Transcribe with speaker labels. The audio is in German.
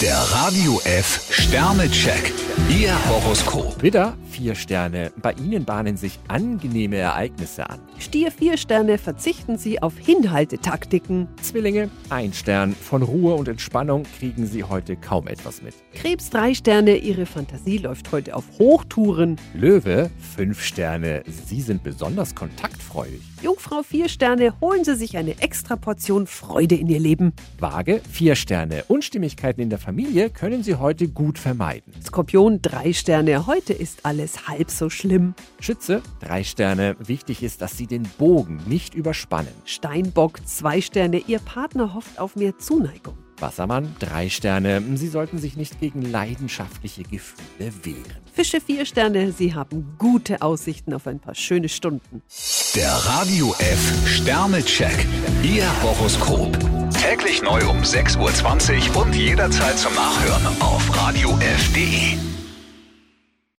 Speaker 1: Der Radio F Sternecheck. Ihr Horoskop.
Speaker 2: Widder, vier Sterne. Bei Ihnen bahnen sich angenehme Ereignisse an.
Speaker 3: Stier vier Sterne verzichten Sie auf Hinhaltetaktiken.
Speaker 2: Zwillinge, ein Stern. Von Ruhe und Entspannung kriegen Sie heute kaum etwas mit.
Speaker 3: Krebs drei Sterne, Ihre Fantasie läuft heute auf Hochtouren.
Speaker 2: Löwe, fünf Sterne. Sie sind besonders kontaktfreudig.
Speaker 3: Jungfrau vier Sterne, holen Sie sich eine extra Portion Freude in Ihr Leben.
Speaker 2: Waage, vier Sterne. Unstimmigkeiten in der Familie können Sie heute gut vermeiden.
Speaker 3: Skorpion drei Sterne, heute ist alles halb so schlimm.
Speaker 2: Schütze, drei Sterne. Wichtig ist, dass Sie den Bogen nicht überspannen.
Speaker 3: Steinbock zwei Sterne, Ihr Partner hofft auf mehr Zuneigung.
Speaker 2: Wassermann, drei Sterne. Sie sollten sich nicht gegen leidenschaftliche Gefühle wehren.
Speaker 3: Fische vier Sterne, Sie haben gute Aussichten auf ein paar schöne Stunden.
Speaker 1: Der Radio F Sternecheck. Ihr Horoskop. Täglich neu um 6.20 Uhr und jederzeit zum Nachhören auf Radio radiof.de.